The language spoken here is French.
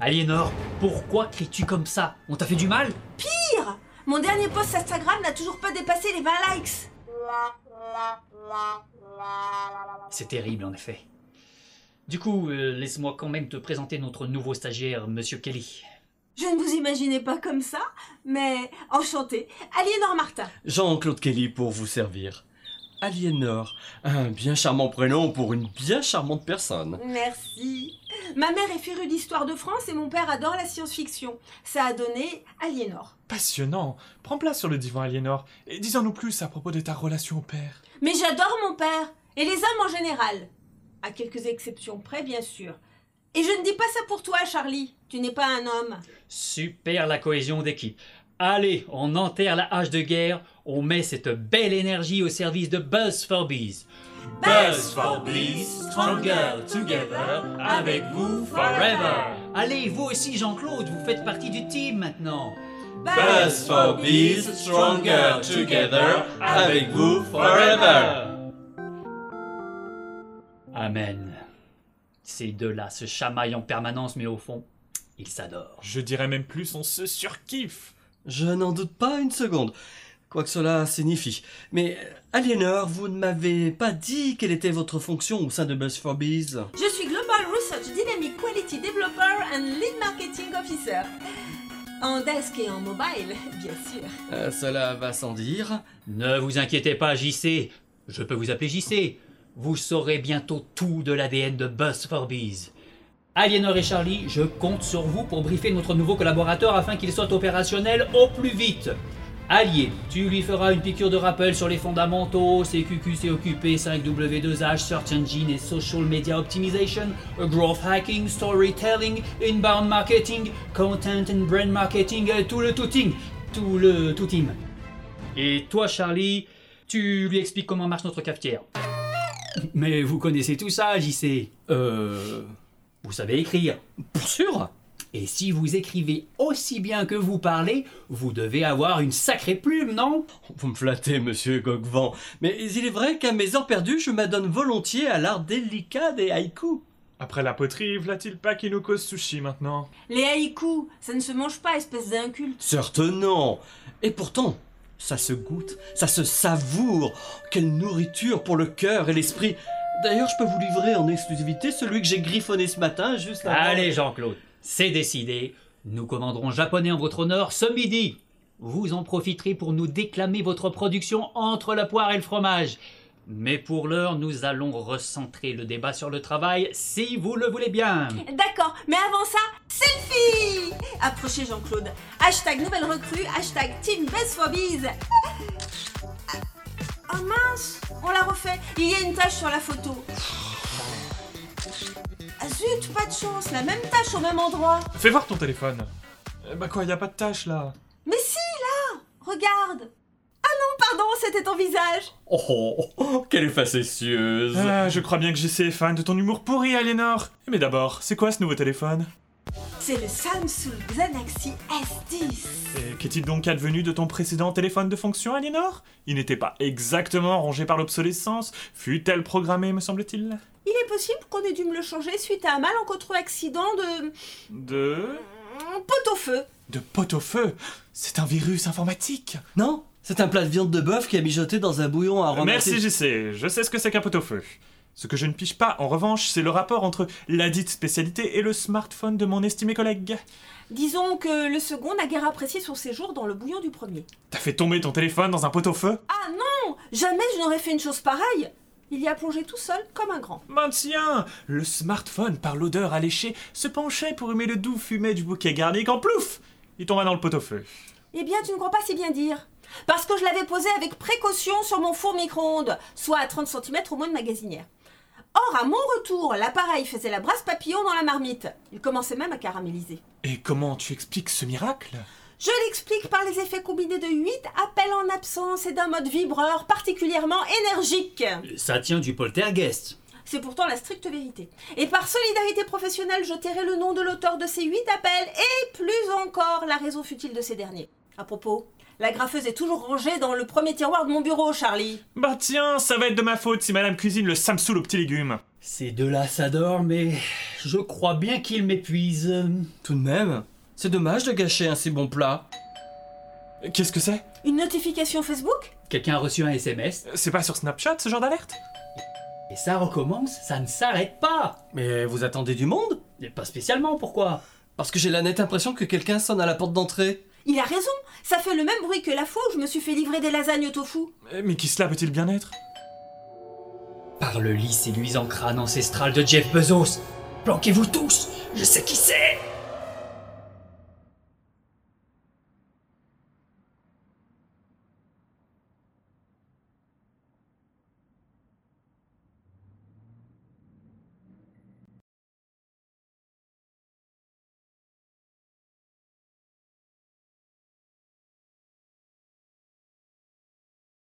Aliénor, pourquoi cries-tu comme ça On t'a fait du mal Pire Mon dernier post Instagram n'a toujours pas dépassé les 20 likes C'est terrible en effet. Du coup, euh, laisse-moi quand même te présenter notre nouveau stagiaire, Monsieur Kelly. Je ne vous imaginais pas comme ça, mais enchantée. Aliénor Martin. Jean-Claude Kelly pour vous servir. Aliénor, un bien charmant prénom pour une bien charmante personne. Merci. Ma mère est férue d'histoire de France et mon père adore la science-fiction. Ça a donné Aliénor. Passionnant. Prends place sur le divan, Aliénor, et dis-en-nous plus à propos de ta relation au père. Mais j'adore mon père et les hommes en général. À quelques exceptions près, bien sûr. Et je ne dis pas ça pour toi, Charlie. Tu n'es pas un homme. Super la cohésion d'équipe. Allez, on enterre la hache de guerre, on met cette belle énergie au service de Buzz for Bees. Buzz for Bees, stronger together, avec vous forever. Allez, vous aussi Jean-Claude, vous faites partie du team maintenant. Buzz for Bees, stronger together, avec vous forever. Amen. Ces deux-là se chamaillent en permanence, mais au fond, ils s'adorent. Je dirais même plus, on se surkiffe. Je n'en doute pas une seconde, quoi que cela signifie. Mais euh, Aliénor, vous ne m'avez pas dit quelle était votre fonction au sein de Buzz for Bees. Je suis Global Research Dynamic Quality Developer and Lead Marketing Officer. En desk et en mobile, bien sûr. Euh, cela va sans dire. Ne vous inquiétez pas, JC. Je peux vous appeler JC. Vous saurez bientôt tout de l'ADN de Buzz for Bees. Aliénor et Charlie, je compte sur vous pour briefer notre nouveau collaborateur afin qu'il soit opérationnel au plus vite. Allié, tu lui feras une piqûre de rappel sur les fondamentaux, CQQ, occupé 5W2H, Search Engine et Social Media Optimization, Growth Hacking, Storytelling, Inbound Marketing, Content and Brand Marketing, euh, tout le tooting, tout le tooting. Et toi Charlie, tu lui expliques comment marche notre cafetière. Mais vous connaissez tout ça, JC. Euh... Vous savez écrire. Pour sûr Et si vous écrivez aussi bien que vous parlez, vous devez avoir une sacrée plume, non Vous me flattez, monsieur Gogvan, mais il est vrai qu'à mes heures perdues, je m'adonne volontiers à l'art délicat des haïkus. Après la poterie, v'là-t-il pas qui nous cause sushi maintenant Les haïkus, ça ne se mange pas, espèce d'inculte. Certes non Et pourtant, ça se goûte, ça se savoure Quelle nourriture pour le cœur et l'esprit D'ailleurs, je peux vous livrer en exclusivité celui que j'ai griffonné ce matin, juste avant... Allez, Jean-Claude, c'est décidé. Nous commanderons japonais en votre honneur ce midi. Vous en profiterez pour nous déclamer votre production entre la poire et le fromage. Mais pour l'heure, nous allons recentrer le débat sur le travail, si vous le voulez bien. D'accord, mais avant ça, selfie Approchez Jean-Claude. Hashtag nouvelle recrue, hashtag team best for Bees. Oh mince, on la refait. Il y a une tache sur la photo. Ah zut, pas de chance, la même tache au même endroit. Fais voir ton téléphone. Euh, Bah quoi, y a pas de tâche là Mais si, là Regarde Ah non, pardon, c'était ton visage Oh, oh, oh, quelle est facétieuse Ah, je crois bien que JC est fan de ton humour pourri, Aliénor. Mais d'abord, c'est quoi ce nouveau téléphone C'est le Samsung Galaxy S10. Et qu'est-il donc advenu de ton précédent téléphone de fonction, Aliénor Il n'était pas exactement rongé par l'obsolescence, fut-elle programmée, me semble-t-il Il est possible qu'on ait dû me le changer suite à un malencontreux accident de... De... pot-au-feu. De pot-au-feu C'est un virus informatique Non C'est un plat de viande de bœuf qui a mijoté dans un bouillon à Merci JC, je sais ce que c'est qu'un pot-au-feu. Ce que je ne pige pas, en revanche, c'est le rapport entre la dite spécialité et le smartphone de mon estimé collègue. Disons que le second n'a guère apprécié son séjour dans le bouillon du premier. T'as fait tomber ton téléphone dans un pot-au-feu Ah non Jamais je n'aurais fait une chose pareille Il y a plongé tout seul comme un grand. Maintien Le smartphone, par l'odeur alléchée, se penchait pour humer le doux fumet du bouquet garni quand plouf Il tomba dans le pot-au-feu. Eh bien, tu ne crois pas si bien dire. Parce que je l'avais posé avec précaution sur mon four micro-ondes, soit à 30 cm au moins de ma gazinière. Or, à mon retour, l'appareil faisait la brasse papillon dans la marmite. Il commençait même à caraméliser. Et comment tu expliques ce miracle Je l'explique par les effets combinés de 8 appels en absence et d'un mode vibreur particulièrement énergique. Ça tient du poltergeist. C'est pourtant la stricte vérité. Et par solidarité professionnelle, je tairai le nom de l'auteur de ces huit appels et plus encore la raison futile de ces derniers. À propos, la graffeuse est toujours rangée dans le premier tiroir de mon bureau, Charlie. Bah tiens, ça va être de ma faute si madame cuisine le samsou au petit légume. Ces deux-là s'adorent, mais je crois bien qu'il m'épuise. Tout de même, c'est dommage de gâcher un si bon plat. Qu'est-ce que c'est Une notification Facebook Quelqu'un a reçu un SMS C'est pas sur Snapchat ce genre d'alerte et ça recommence, ça ne s'arrête pas. Mais vous attendez du monde Et pas spécialement, pourquoi Parce que j'ai la nette impression que quelqu'un sonne à la porte d'entrée. Il a raison, ça fait le même bruit que la fois où je me suis fait livrer des lasagnes au tofu. Mais qui cela peut-il bien être Par le lit séduisant crâne ancestral de Jeff Bezos, planquez-vous tous, je sais qui c'est